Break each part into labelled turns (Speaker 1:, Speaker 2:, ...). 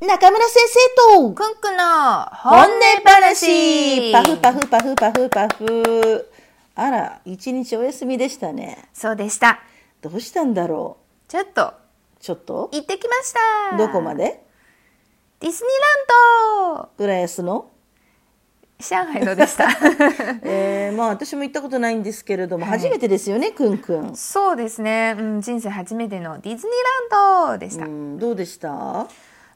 Speaker 1: 中村先生と
Speaker 2: くんくんの
Speaker 1: 本
Speaker 2: 本
Speaker 1: 音
Speaker 2: 音
Speaker 1: 話
Speaker 2: 話
Speaker 1: パフパフパフパフパフあら一日お休みでしたね
Speaker 2: そうでした
Speaker 1: どうしたんだろ
Speaker 2: ちょっと
Speaker 1: うちょっと
Speaker 2: 行ってきました
Speaker 1: どこま
Speaker 2: で
Speaker 1: で
Speaker 2: ディズニーランド
Speaker 1: 浦安の、
Speaker 2: 上海のでした
Speaker 1: えー、まあ私も行ったことないんですけれども、
Speaker 2: はい
Speaker 1: 初めてですよねくんくん、
Speaker 2: そうですね、うん、人生初めてのディズニーランドでし
Speaker 1: う
Speaker 2: た、
Speaker 1: ん、どうでしたま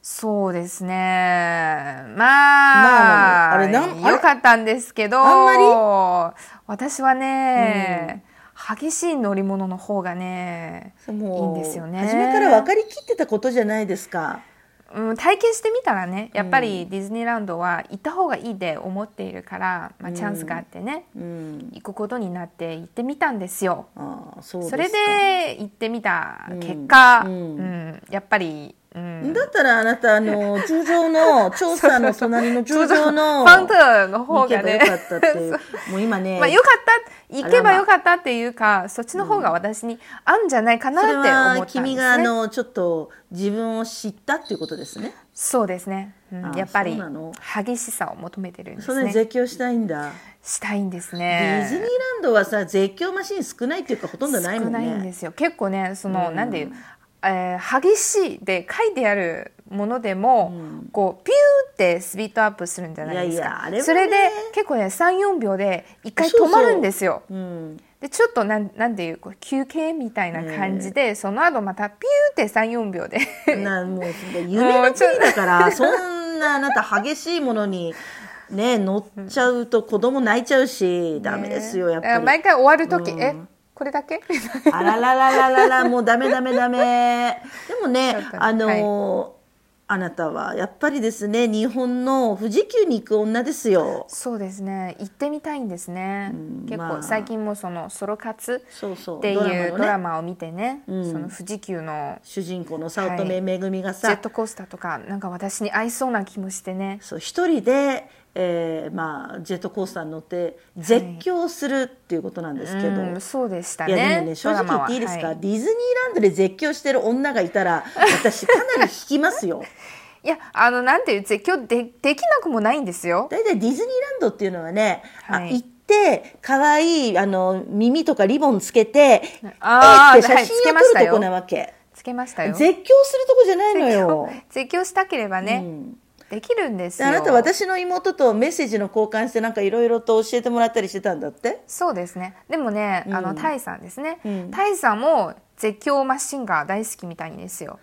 Speaker 2: そうですねまあ、
Speaker 1: まああれなんあれ
Speaker 2: よかったんですけど
Speaker 1: あんまり
Speaker 2: 私はね、激しい乗り物の方がね
Speaker 1: も
Speaker 2: いいんですよね
Speaker 1: 初めから分かりきってたことじゃないですか
Speaker 2: うん、体験してみたらねやっぱりディズニーランドは行った方がいいで思っているから、まあ、チャンスがあってね、
Speaker 1: うん
Speaker 2: 行くことになって行ってみたんですよ。
Speaker 1: ああそうです
Speaker 2: そ
Speaker 1: か
Speaker 2: れで行ってみた結果、
Speaker 1: う
Speaker 2: うんんやっぱり、うん、
Speaker 1: だったらあなたあの通常の調査の隣の通常の
Speaker 2: ファンタの方
Speaker 1: 行け
Speaker 2: が
Speaker 1: ば
Speaker 2: ね
Speaker 1: よかったって いうもう今ね、
Speaker 2: まあ、よかった行けばよかったっていうかそっちの方が私に合うんじゃないかな
Speaker 1: そ
Speaker 2: っ
Speaker 1: れ
Speaker 2: て思ったん
Speaker 1: は
Speaker 2: ですね。
Speaker 1: 君があのちょっと自分を知ったっていうことですね。
Speaker 2: そうですね、うん
Speaker 1: あ
Speaker 2: やっぱ
Speaker 1: そう
Speaker 2: り
Speaker 1: なの
Speaker 2: 激しさを求めてるんで
Speaker 1: そ
Speaker 2: す
Speaker 1: れで
Speaker 2: ね。
Speaker 1: 絶叫したいんだ。
Speaker 2: したいんです
Speaker 1: デ
Speaker 2: ね。
Speaker 1: ィズニーランドはさ絶叫マシン少ないっていうかほとんどないもん
Speaker 2: 少ないんで
Speaker 1: ね。
Speaker 2: すよ結構ねその、
Speaker 1: うん
Speaker 2: なんていう、えー激しいで書いてあるものでも、
Speaker 1: うん
Speaker 2: こうピューってスピードアップするんじゃないですか
Speaker 1: いやいやあれはね
Speaker 2: それで結構ね34秒で一回
Speaker 1: そうそ
Speaker 2: 止
Speaker 1: う
Speaker 2: まるんですよ
Speaker 1: うん、
Speaker 2: でちょっとなんなんていうこう休憩みたいな感じで、その後またピューって34秒で
Speaker 1: なもう夢の国だからそんなあなた激しいものにね乗っちゃうと子供泣いちゃうし、ダメですよやっぱ
Speaker 2: だから
Speaker 1: り。
Speaker 2: 毎回終わる時、
Speaker 1: うん
Speaker 2: えこれだけ
Speaker 1: あらららららら、もうダメダメダメ。でもね
Speaker 2: そう、か
Speaker 1: あのーあなたはやっぱりですね、日本の富士急に行く女ですよ。
Speaker 2: そうですね行ってみたいんですね、
Speaker 1: うん
Speaker 2: 結構、
Speaker 1: まあ
Speaker 2: 最近もそのソロ活
Speaker 1: そうそう。
Speaker 2: って
Speaker 1: ドラマ
Speaker 2: い
Speaker 1: の
Speaker 2: うド
Speaker 1: ね
Speaker 2: ラマを見てね、
Speaker 1: うん
Speaker 2: その富士急の
Speaker 1: 主人公の早乙
Speaker 2: は
Speaker 1: 女
Speaker 2: い
Speaker 1: めぐみが
Speaker 2: ジ
Speaker 1: さ、
Speaker 2: ェットコースターとかなんか私に合いそうな気もしてね
Speaker 1: そう一人で、えーまあジェットコースターに乗って絶叫するっていうことなんですけど。
Speaker 2: うんそうでした
Speaker 1: いやで
Speaker 2: ね
Speaker 1: もね正直言っていいですか、
Speaker 2: ドラマはは
Speaker 1: ディズニーランドで絶叫してる女がいたら私かなり引きますよ
Speaker 2: い、いやあのなんていう絶叫でできなくもないんですよ
Speaker 1: 大体ディズニーランドっていうのはね、
Speaker 2: は
Speaker 1: あ
Speaker 2: い
Speaker 1: 行って可愛いあの耳とかリボンつけて
Speaker 2: あー
Speaker 1: えいって写
Speaker 2: はいつ
Speaker 1: 真
Speaker 2: け
Speaker 1: を
Speaker 2: まし
Speaker 1: 撮
Speaker 2: た
Speaker 1: る
Speaker 2: よ
Speaker 1: とこなわけ
Speaker 2: つけました
Speaker 1: 絶
Speaker 2: よ
Speaker 1: 叫するとこじゃないのよ。
Speaker 2: 絶叫したければね、
Speaker 1: うん
Speaker 2: できるんです
Speaker 1: で
Speaker 2: よ
Speaker 1: あなた私の妹とメッセージの交換してなんかいろいろと教えてもらったりしてたんだって
Speaker 2: そうですねでもね、あ
Speaker 1: う
Speaker 2: の
Speaker 1: ん
Speaker 2: タイさんですね、
Speaker 1: うん
Speaker 2: タイさんも絶叫マシンが大好きみたいで すよ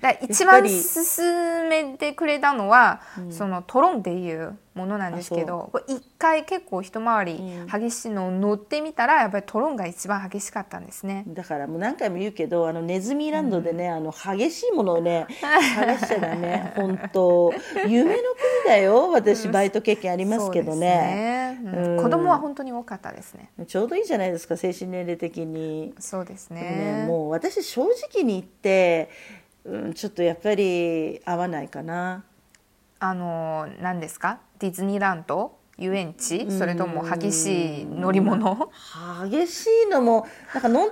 Speaker 2: だから一
Speaker 1: やっ
Speaker 2: 番
Speaker 1: ぱり
Speaker 2: 勧めてくれたのは、そのトロンっていうものなんですけどこれ一回結構一回り激しいのを乗ってみたらやっぱりトロンが一番激しかったんですね
Speaker 1: だからもう何回も言うけどあのネズミランドでね、あの激しいものを ね探しちゃダメ本当夢の国だよ私バイト経験ありますけどね
Speaker 2: そうですねうん
Speaker 1: うん
Speaker 2: 子供は本当に多かったですね
Speaker 1: ちょうどいいじゃないですか精神年齢的に。
Speaker 2: そうですね
Speaker 1: でもねもう私正直に言って、うん、ちょっとやっぱり合わないかな
Speaker 2: あの何ですかディズニーランド遊園地それとも激しい乗り物
Speaker 1: 激しいのもなんかの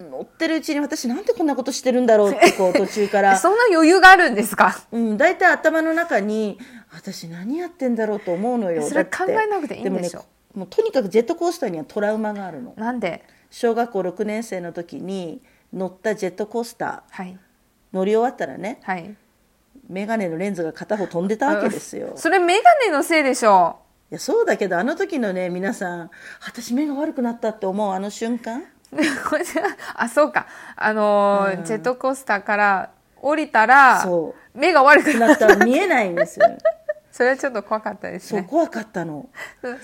Speaker 1: 乗ってるうちに私なんでこんなことしてるんだろうってこう 途中から、
Speaker 2: そんな余裕があるんですか
Speaker 1: うん、大体頭の中に私何やってんだろうと思うのよ
Speaker 2: それ
Speaker 1: だって
Speaker 2: 考えなくていいんでしょ
Speaker 1: もねもうとにかくジェットコースターにはトラウマがあるの
Speaker 2: なんで
Speaker 1: 小学校6年生の時に乗ったジェットコースター
Speaker 2: はい
Speaker 1: 乗り終わったらね
Speaker 2: はい
Speaker 1: 眼鏡のレンズが片方飛んでたわけですよ、
Speaker 2: それメガネのせいでしょ
Speaker 1: いやそうだけどあの時のね皆さん私目が悪くなったって思うあの瞬間
Speaker 2: うこれじゃあそうかあのージェットコースターから降りたら
Speaker 1: そ
Speaker 2: 目が悪くな
Speaker 1: な
Speaker 2: っ
Speaker 1: ったたら見えないんです よ
Speaker 2: それはちょっと怖かったです
Speaker 1: そう
Speaker 2: ね
Speaker 1: 怖かったの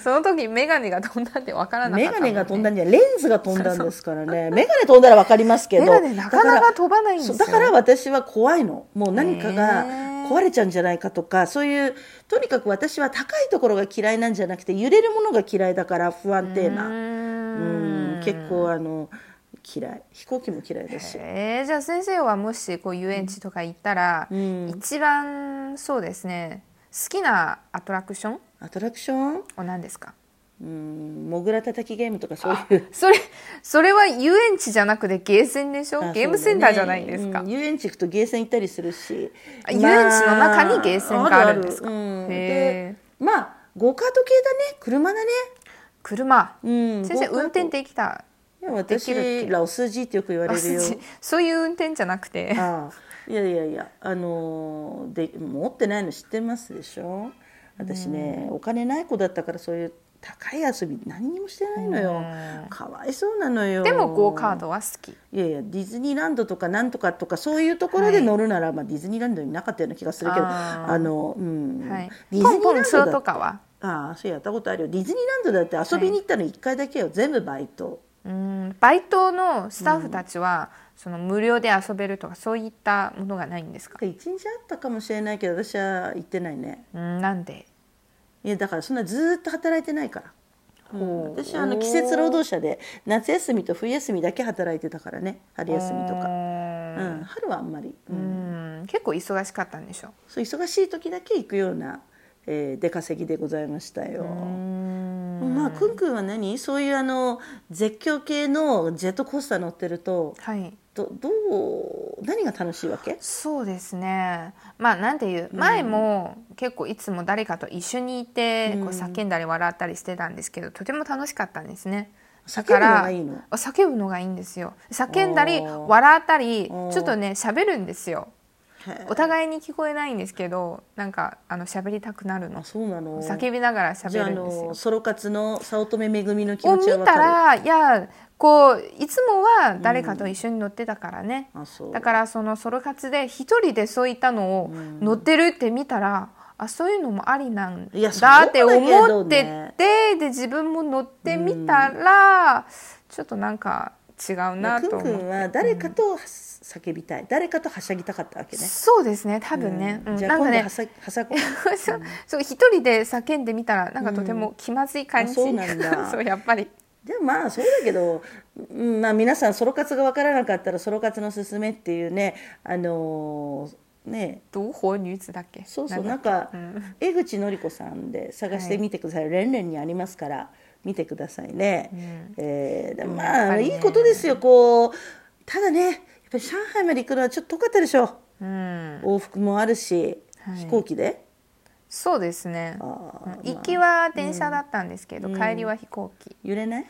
Speaker 2: その時メガネが飛んだってわからなかっ
Speaker 1: 眼
Speaker 2: た
Speaker 1: 鏡が飛んだ
Speaker 2: ん
Speaker 1: んじゃないレンズが飛んだんですからね眼鏡飛んだら分かりますけ
Speaker 2: メ
Speaker 1: ど
Speaker 2: ガネなかな
Speaker 1: だら
Speaker 2: か飛ばないんです
Speaker 1: そう
Speaker 2: よ
Speaker 1: だから私は怖いのもう何かが
Speaker 2: へー
Speaker 1: 壊れちゃうんじゃないかとかそういうとにかく私は高いところが嫌いなんじゃなくて揺れるものが嫌いだから不安定
Speaker 2: う
Speaker 1: な
Speaker 2: ーん
Speaker 1: うん結構あの嫌い飛行機も嫌いだし
Speaker 2: えー、じゃあ先生はもしこう遊園地とか行ったら、
Speaker 1: うん
Speaker 2: 一番そうですね好きなアトラクション
Speaker 1: アトラクション
Speaker 2: は何ですか
Speaker 1: うんモグラ叩きゲームとかそういう
Speaker 2: それそれは遊園地じゃなくてゲーセンでしょ、
Speaker 1: あ
Speaker 2: ゲームセンターじゃないんですか、
Speaker 1: そうだねうん遊園地行くとゲーセン行ったりするし、
Speaker 2: あ遊園地の中にゲーセンがあるんですか
Speaker 1: あるあるうん、
Speaker 2: へ
Speaker 1: でまあゴカート系だね車だね、
Speaker 2: 車、
Speaker 1: うん、
Speaker 2: 先生
Speaker 1: ゴカート
Speaker 2: 運転できた
Speaker 1: いや
Speaker 2: できるっ
Speaker 1: 私
Speaker 2: け
Speaker 1: ラオスジーってよく言われるよ
Speaker 2: あそうそういう運転じゃなくて
Speaker 1: ああいやいやいやあのーで持ってないの知ってますでしょ私ね、お金ない子だったからそういう高い遊び何にもしてないのよ、かわいそうなのよ
Speaker 2: でもゴーカードは好き
Speaker 1: いやいやディズニーランドとかなんとかとかそういうところで乗るなら、まあ、ディズニーランドになかったような気がするけど
Speaker 2: あ
Speaker 1: あの、うん
Speaker 2: はい
Speaker 1: ディズニー
Speaker 2: ポンポンツ
Speaker 1: ラン
Speaker 2: ー
Speaker 1: ドだ
Speaker 2: とかは
Speaker 1: ああそうやったことあるよディズニーランドだって遊びに行ったの1回だけよ、全部バイト
Speaker 2: うんバイトのスタッフたちは、その無料で遊べるとかそういったものがないんですか
Speaker 1: 1日あったかもしれないけど私は行ってないね
Speaker 2: うんなんで
Speaker 1: いやだからそんなずーっと働いてないから、うん
Speaker 2: ほう
Speaker 1: 私はあの季節労働者で夏休みと冬休みだけ働いてたからね春休みと
Speaker 2: う
Speaker 1: か、うんん、春はあんまり、うん
Speaker 2: うん結構忙しかったんでしょ
Speaker 1: そう忙しい時だけ行くような、えー出稼ぎでございましたよ。
Speaker 2: うん
Speaker 1: まあ、くんくんは何そういうあの絶叫系のジェットコースター乗ってると
Speaker 2: はい
Speaker 1: どどう何が楽しいわけ
Speaker 2: そうですねまあなんていう前も結構いつも誰かと一緒にいて、こう叫んだり笑ったりしてたんですけどとても楽しかったんですね
Speaker 1: 叫ぶ
Speaker 2: だ
Speaker 1: の
Speaker 2: から
Speaker 1: がいいの
Speaker 2: あ叫ぶのがいいんですよ叫んだり
Speaker 1: おー
Speaker 2: 笑ったりち
Speaker 1: お
Speaker 2: ょ
Speaker 1: ー
Speaker 2: っとね喋るんですよ
Speaker 1: へえ
Speaker 2: お互いに聞こえないんですけどなんかあの喋りたくなるの
Speaker 1: あそうなの
Speaker 2: 叫びながら
Speaker 1: じゃ
Speaker 2: 喋
Speaker 1: ああ
Speaker 2: るんですよ
Speaker 1: のソロ活の早乙女めぐみの気
Speaker 2: を
Speaker 1: 持
Speaker 2: 見
Speaker 1: ちはわ
Speaker 2: た
Speaker 1: から
Speaker 2: いやこういつもは誰かと一緒に乗ってたからね、
Speaker 1: るあそう
Speaker 2: だからそのソロ活で一人でそういったのを乗ってるって見たら、あそういうのもありなん
Speaker 1: いやそう
Speaker 2: だ
Speaker 1: だ
Speaker 2: っ
Speaker 1: け
Speaker 2: て
Speaker 1: どね
Speaker 2: 思ってて、で自分も乗ってみたら、ちょっとなんか違う
Speaker 1: まあ
Speaker 2: な
Speaker 1: く
Speaker 2: と
Speaker 1: んく
Speaker 2: 思
Speaker 1: ん
Speaker 2: う。
Speaker 1: は誰かと叫びたい、誰かとはしゃぎたかったわけね
Speaker 2: そうですね多分ね、うん
Speaker 1: じゃ
Speaker 2: な
Speaker 1: あ
Speaker 2: んか
Speaker 1: 今度
Speaker 2: ね
Speaker 1: はさはさ
Speaker 2: そうそう一人で叫んでみたらなんかとても気まずい感じ、
Speaker 1: あそうなんだ
Speaker 2: そうやっぱり
Speaker 1: でもまあそうだけど、うんまあ、皆さんソロ活が分からなかったらソロ活のすすめっていうねあのーね
Speaker 2: 独活女子だっけ
Speaker 1: そうそう
Speaker 2: なんだ
Speaker 1: なんか、江口のり子さんで探してみてください、レンレンにありますから見てくださいね、えーでも
Speaker 2: やっ
Speaker 1: ま
Speaker 2: ぱ
Speaker 1: あ、
Speaker 2: りね
Speaker 1: いいことですよこうただねやっぱり上海まで行くのはちょっと遠かったでしょ
Speaker 2: うん
Speaker 1: 往復もあるし、
Speaker 2: はい
Speaker 1: 飛行機で
Speaker 2: そうですね。うん
Speaker 1: あー
Speaker 2: 行きは電車だったんですけど、帰りは飛行機。
Speaker 1: 揺れない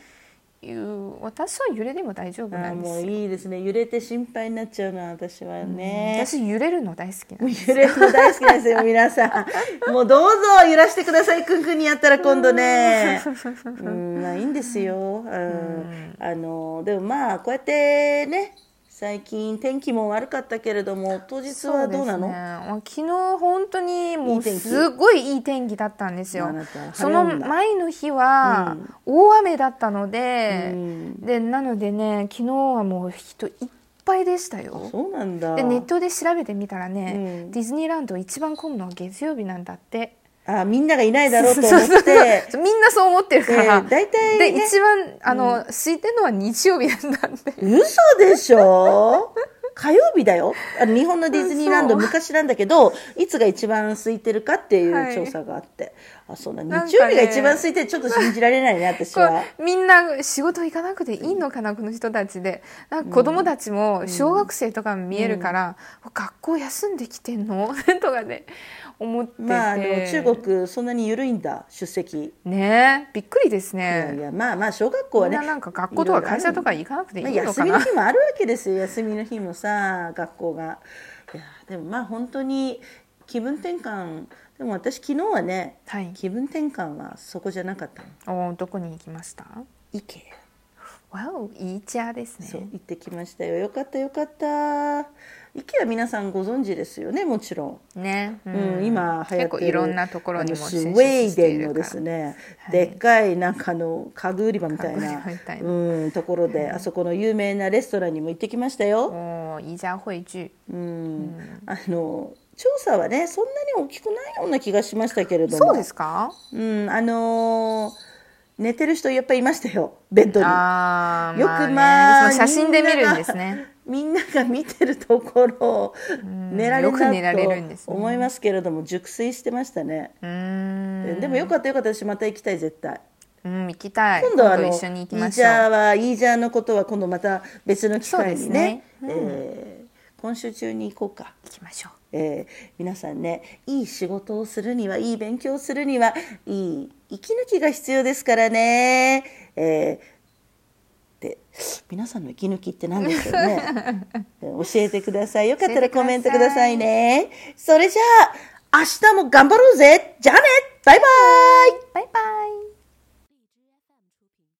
Speaker 2: いう私は揺れでも大丈夫
Speaker 1: あ
Speaker 2: な
Speaker 1: ー
Speaker 2: んで
Speaker 1: もう
Speaker 2: すよ。
Speaker 1: いいですね揺れて心配になっちゃうな私はね、
Speaker 2: 私揺れるの大好きなの。
Speaker 1: 揺れるの大好きなんですよ、皆さん。もうどうぞ揺らしてください、くんくんにやったら今度ね。うん、まあいいんですよ。うん、あの、でもまあ、こうやってね、最近天気も悪かったけれども、当日はどうなの
Speaker 2: そうですね、昨日本当にも
Speaker 1: いいう天気
Speaker 2: すごいいい天気だったんですよ
Speaker 1: あなた。
Speaker 2: そ
Speaker 1: 晴れ
Speaker 2: の
Speaker 1: 女
Speaker 2: 前の日は大雨だったので、
Speaker 1: うん
Speaker 2: でなのでね昨日はもう人いっぱいでしたよ。
Speaker 1: そうなんだ。
Speaker 2: でネットで調べてみたらね、
Speaker 1: うん
Speaker 2: ディズニーランド一番混むのは月曜日なんだって。
Speaker 1: あ、みんながいないだろうと
Speaker 2: そ
Speaker 1: 思
Speaker 2: うそう
Speaker 1: っ
Speaker 2: そう
Speaker 1: て。
Speaker 2: みんなそう思ってるから、
Speaker 1: えー大体ね
Speaker 2: で一番あの、空いてるのは日曜日なんだって
Speaker 1: 嘘でしょ火曜日だよあの日本のディズニーランド
Speaker 2: そう
Speaker 1: 昔なんだけどいつが一番空いてるかって
Speaker 2: はい
Speaker 1: いう調査があって、あそうだ
Speaker 2: なんかね
Speaker 1: 日曜日が一番空いてるちょっと信じられないね私は
Speaker 2: こうみんな仕事行かなくていいのかな、この人たちでなんか子供たちも小学生とか見えるから、学校休んできてんの とかね思ってて、
Speaker 1: まああの中国そんなに緩いんだ出席、
Speaker 2: ねえびっくりです
Speaker 1: いやい
Speaker 2: ね、
Speaker 1: やまあまあ小学校は
Speaker 2: みん
Speaker 1: ね
Speaker 2: ななんか学校とか会社とか行かなくていい
Speaker 1: まあ、
Speaker 2: の
Speaker 1: 休
Speaker 2: か
Speaker 1: み
Speaker 2: な、
Speaker 1: の日もあるわけですよ休みの日もさ学校がいやでもまあ本当に気分転換でも私昨日はね
Speaker 2: はい
Speaker 1: 気分転換はそこじゃなかったの
Speaker 2: おどこに行きました
Speaker 1: 意見
Speaker 2: わおいいチャーです
Speaker 1: そう
Speaker 2: ね
Speaker 1: 行ってきましたよよかったよかった池は皆さんご存知ですよねもちろん、
Speaker 2: ね、う
Speaker 1: うん今流行
Speaker 2: 結
Speaker 1: って
Speaker 2: 構
Speaker 1: る
Speaker 2: いろんなところにも
Speaker 1: あのスウ
Speaker 2: 進出
Speaker 1: ェー
Speaker 2: して
Speaker 1: デ
Speaker 2: い
Speaker 1: ンの
Speaker 2: るか
Speaker 1: で
Speaker 2: ら
Speaker 1: すね、
Speaker 2: はい
Speaker 1: でっかいなんかあの家具売り場みたい
Speaker 2: 家具
Speaker 1: な
Speaker 2: 売り場みたいな
Speaker 1: うん、ところで、あそこの有名なレストランにも行ってきましたよ、
Speaker 2: 哦，宜家汇聚。
Speaker 1: うんあの調査はねそんなに大きくないような気がしましたけれども
Speaker 2: そうですか？
Speaker 1: うん、あのー寝てる人やっぱいましたよベッドに。
Speaker 2: あー
Speaker 1: よ
Speaker 2: まあ
Speaker 1: く
Speaker 2: ね
Speaker 1: まあ、
Speaker 2: その写真で見るんです
Speaker 1: み
Speaker 2: ね。
Speaker 1: んなが。みん なが見てるところを寝られ
Speaker 2: よく寝られる
Speaker 1: る
Speaker 2: ん
Speaker 1: な
Speaker 2: で
Speaker 1: と
Speaker 2: すね
Speaker 1: 思いますけれども、熟睡してましたね、
Speaker 2: うーん。
Speaker 1: でもよかったよかった私また行きたい絶対
Speaker 2: うん、行きたい。
Speaker 1: 今度はあのイ
Speaker 2: 一緒に行きま
Speaker 1: ー
Speaker 2: し
Speaker 1: ジ
Speaker 2: ょ
Speaker 1: ャー
Speaker 2: う。
Speaker 1: はイージャーのことは今度また別の機会にね
Speaker 2: そうですね
Speaker 1: えー今週中に行こうか、
Speaker 2: 行きましょう。
Speaker 1: えー皆さんねいい仕事をするにはいい勉強をするにはいい息抜きが必要ですからね、えーで皆さんの息抜きって何でしょうねえー教えてくださいよかったらコメントくださいねそれじゃあ明日も頑張ろうぜじゃあねバイバイ
Speaker 2: バイバイ。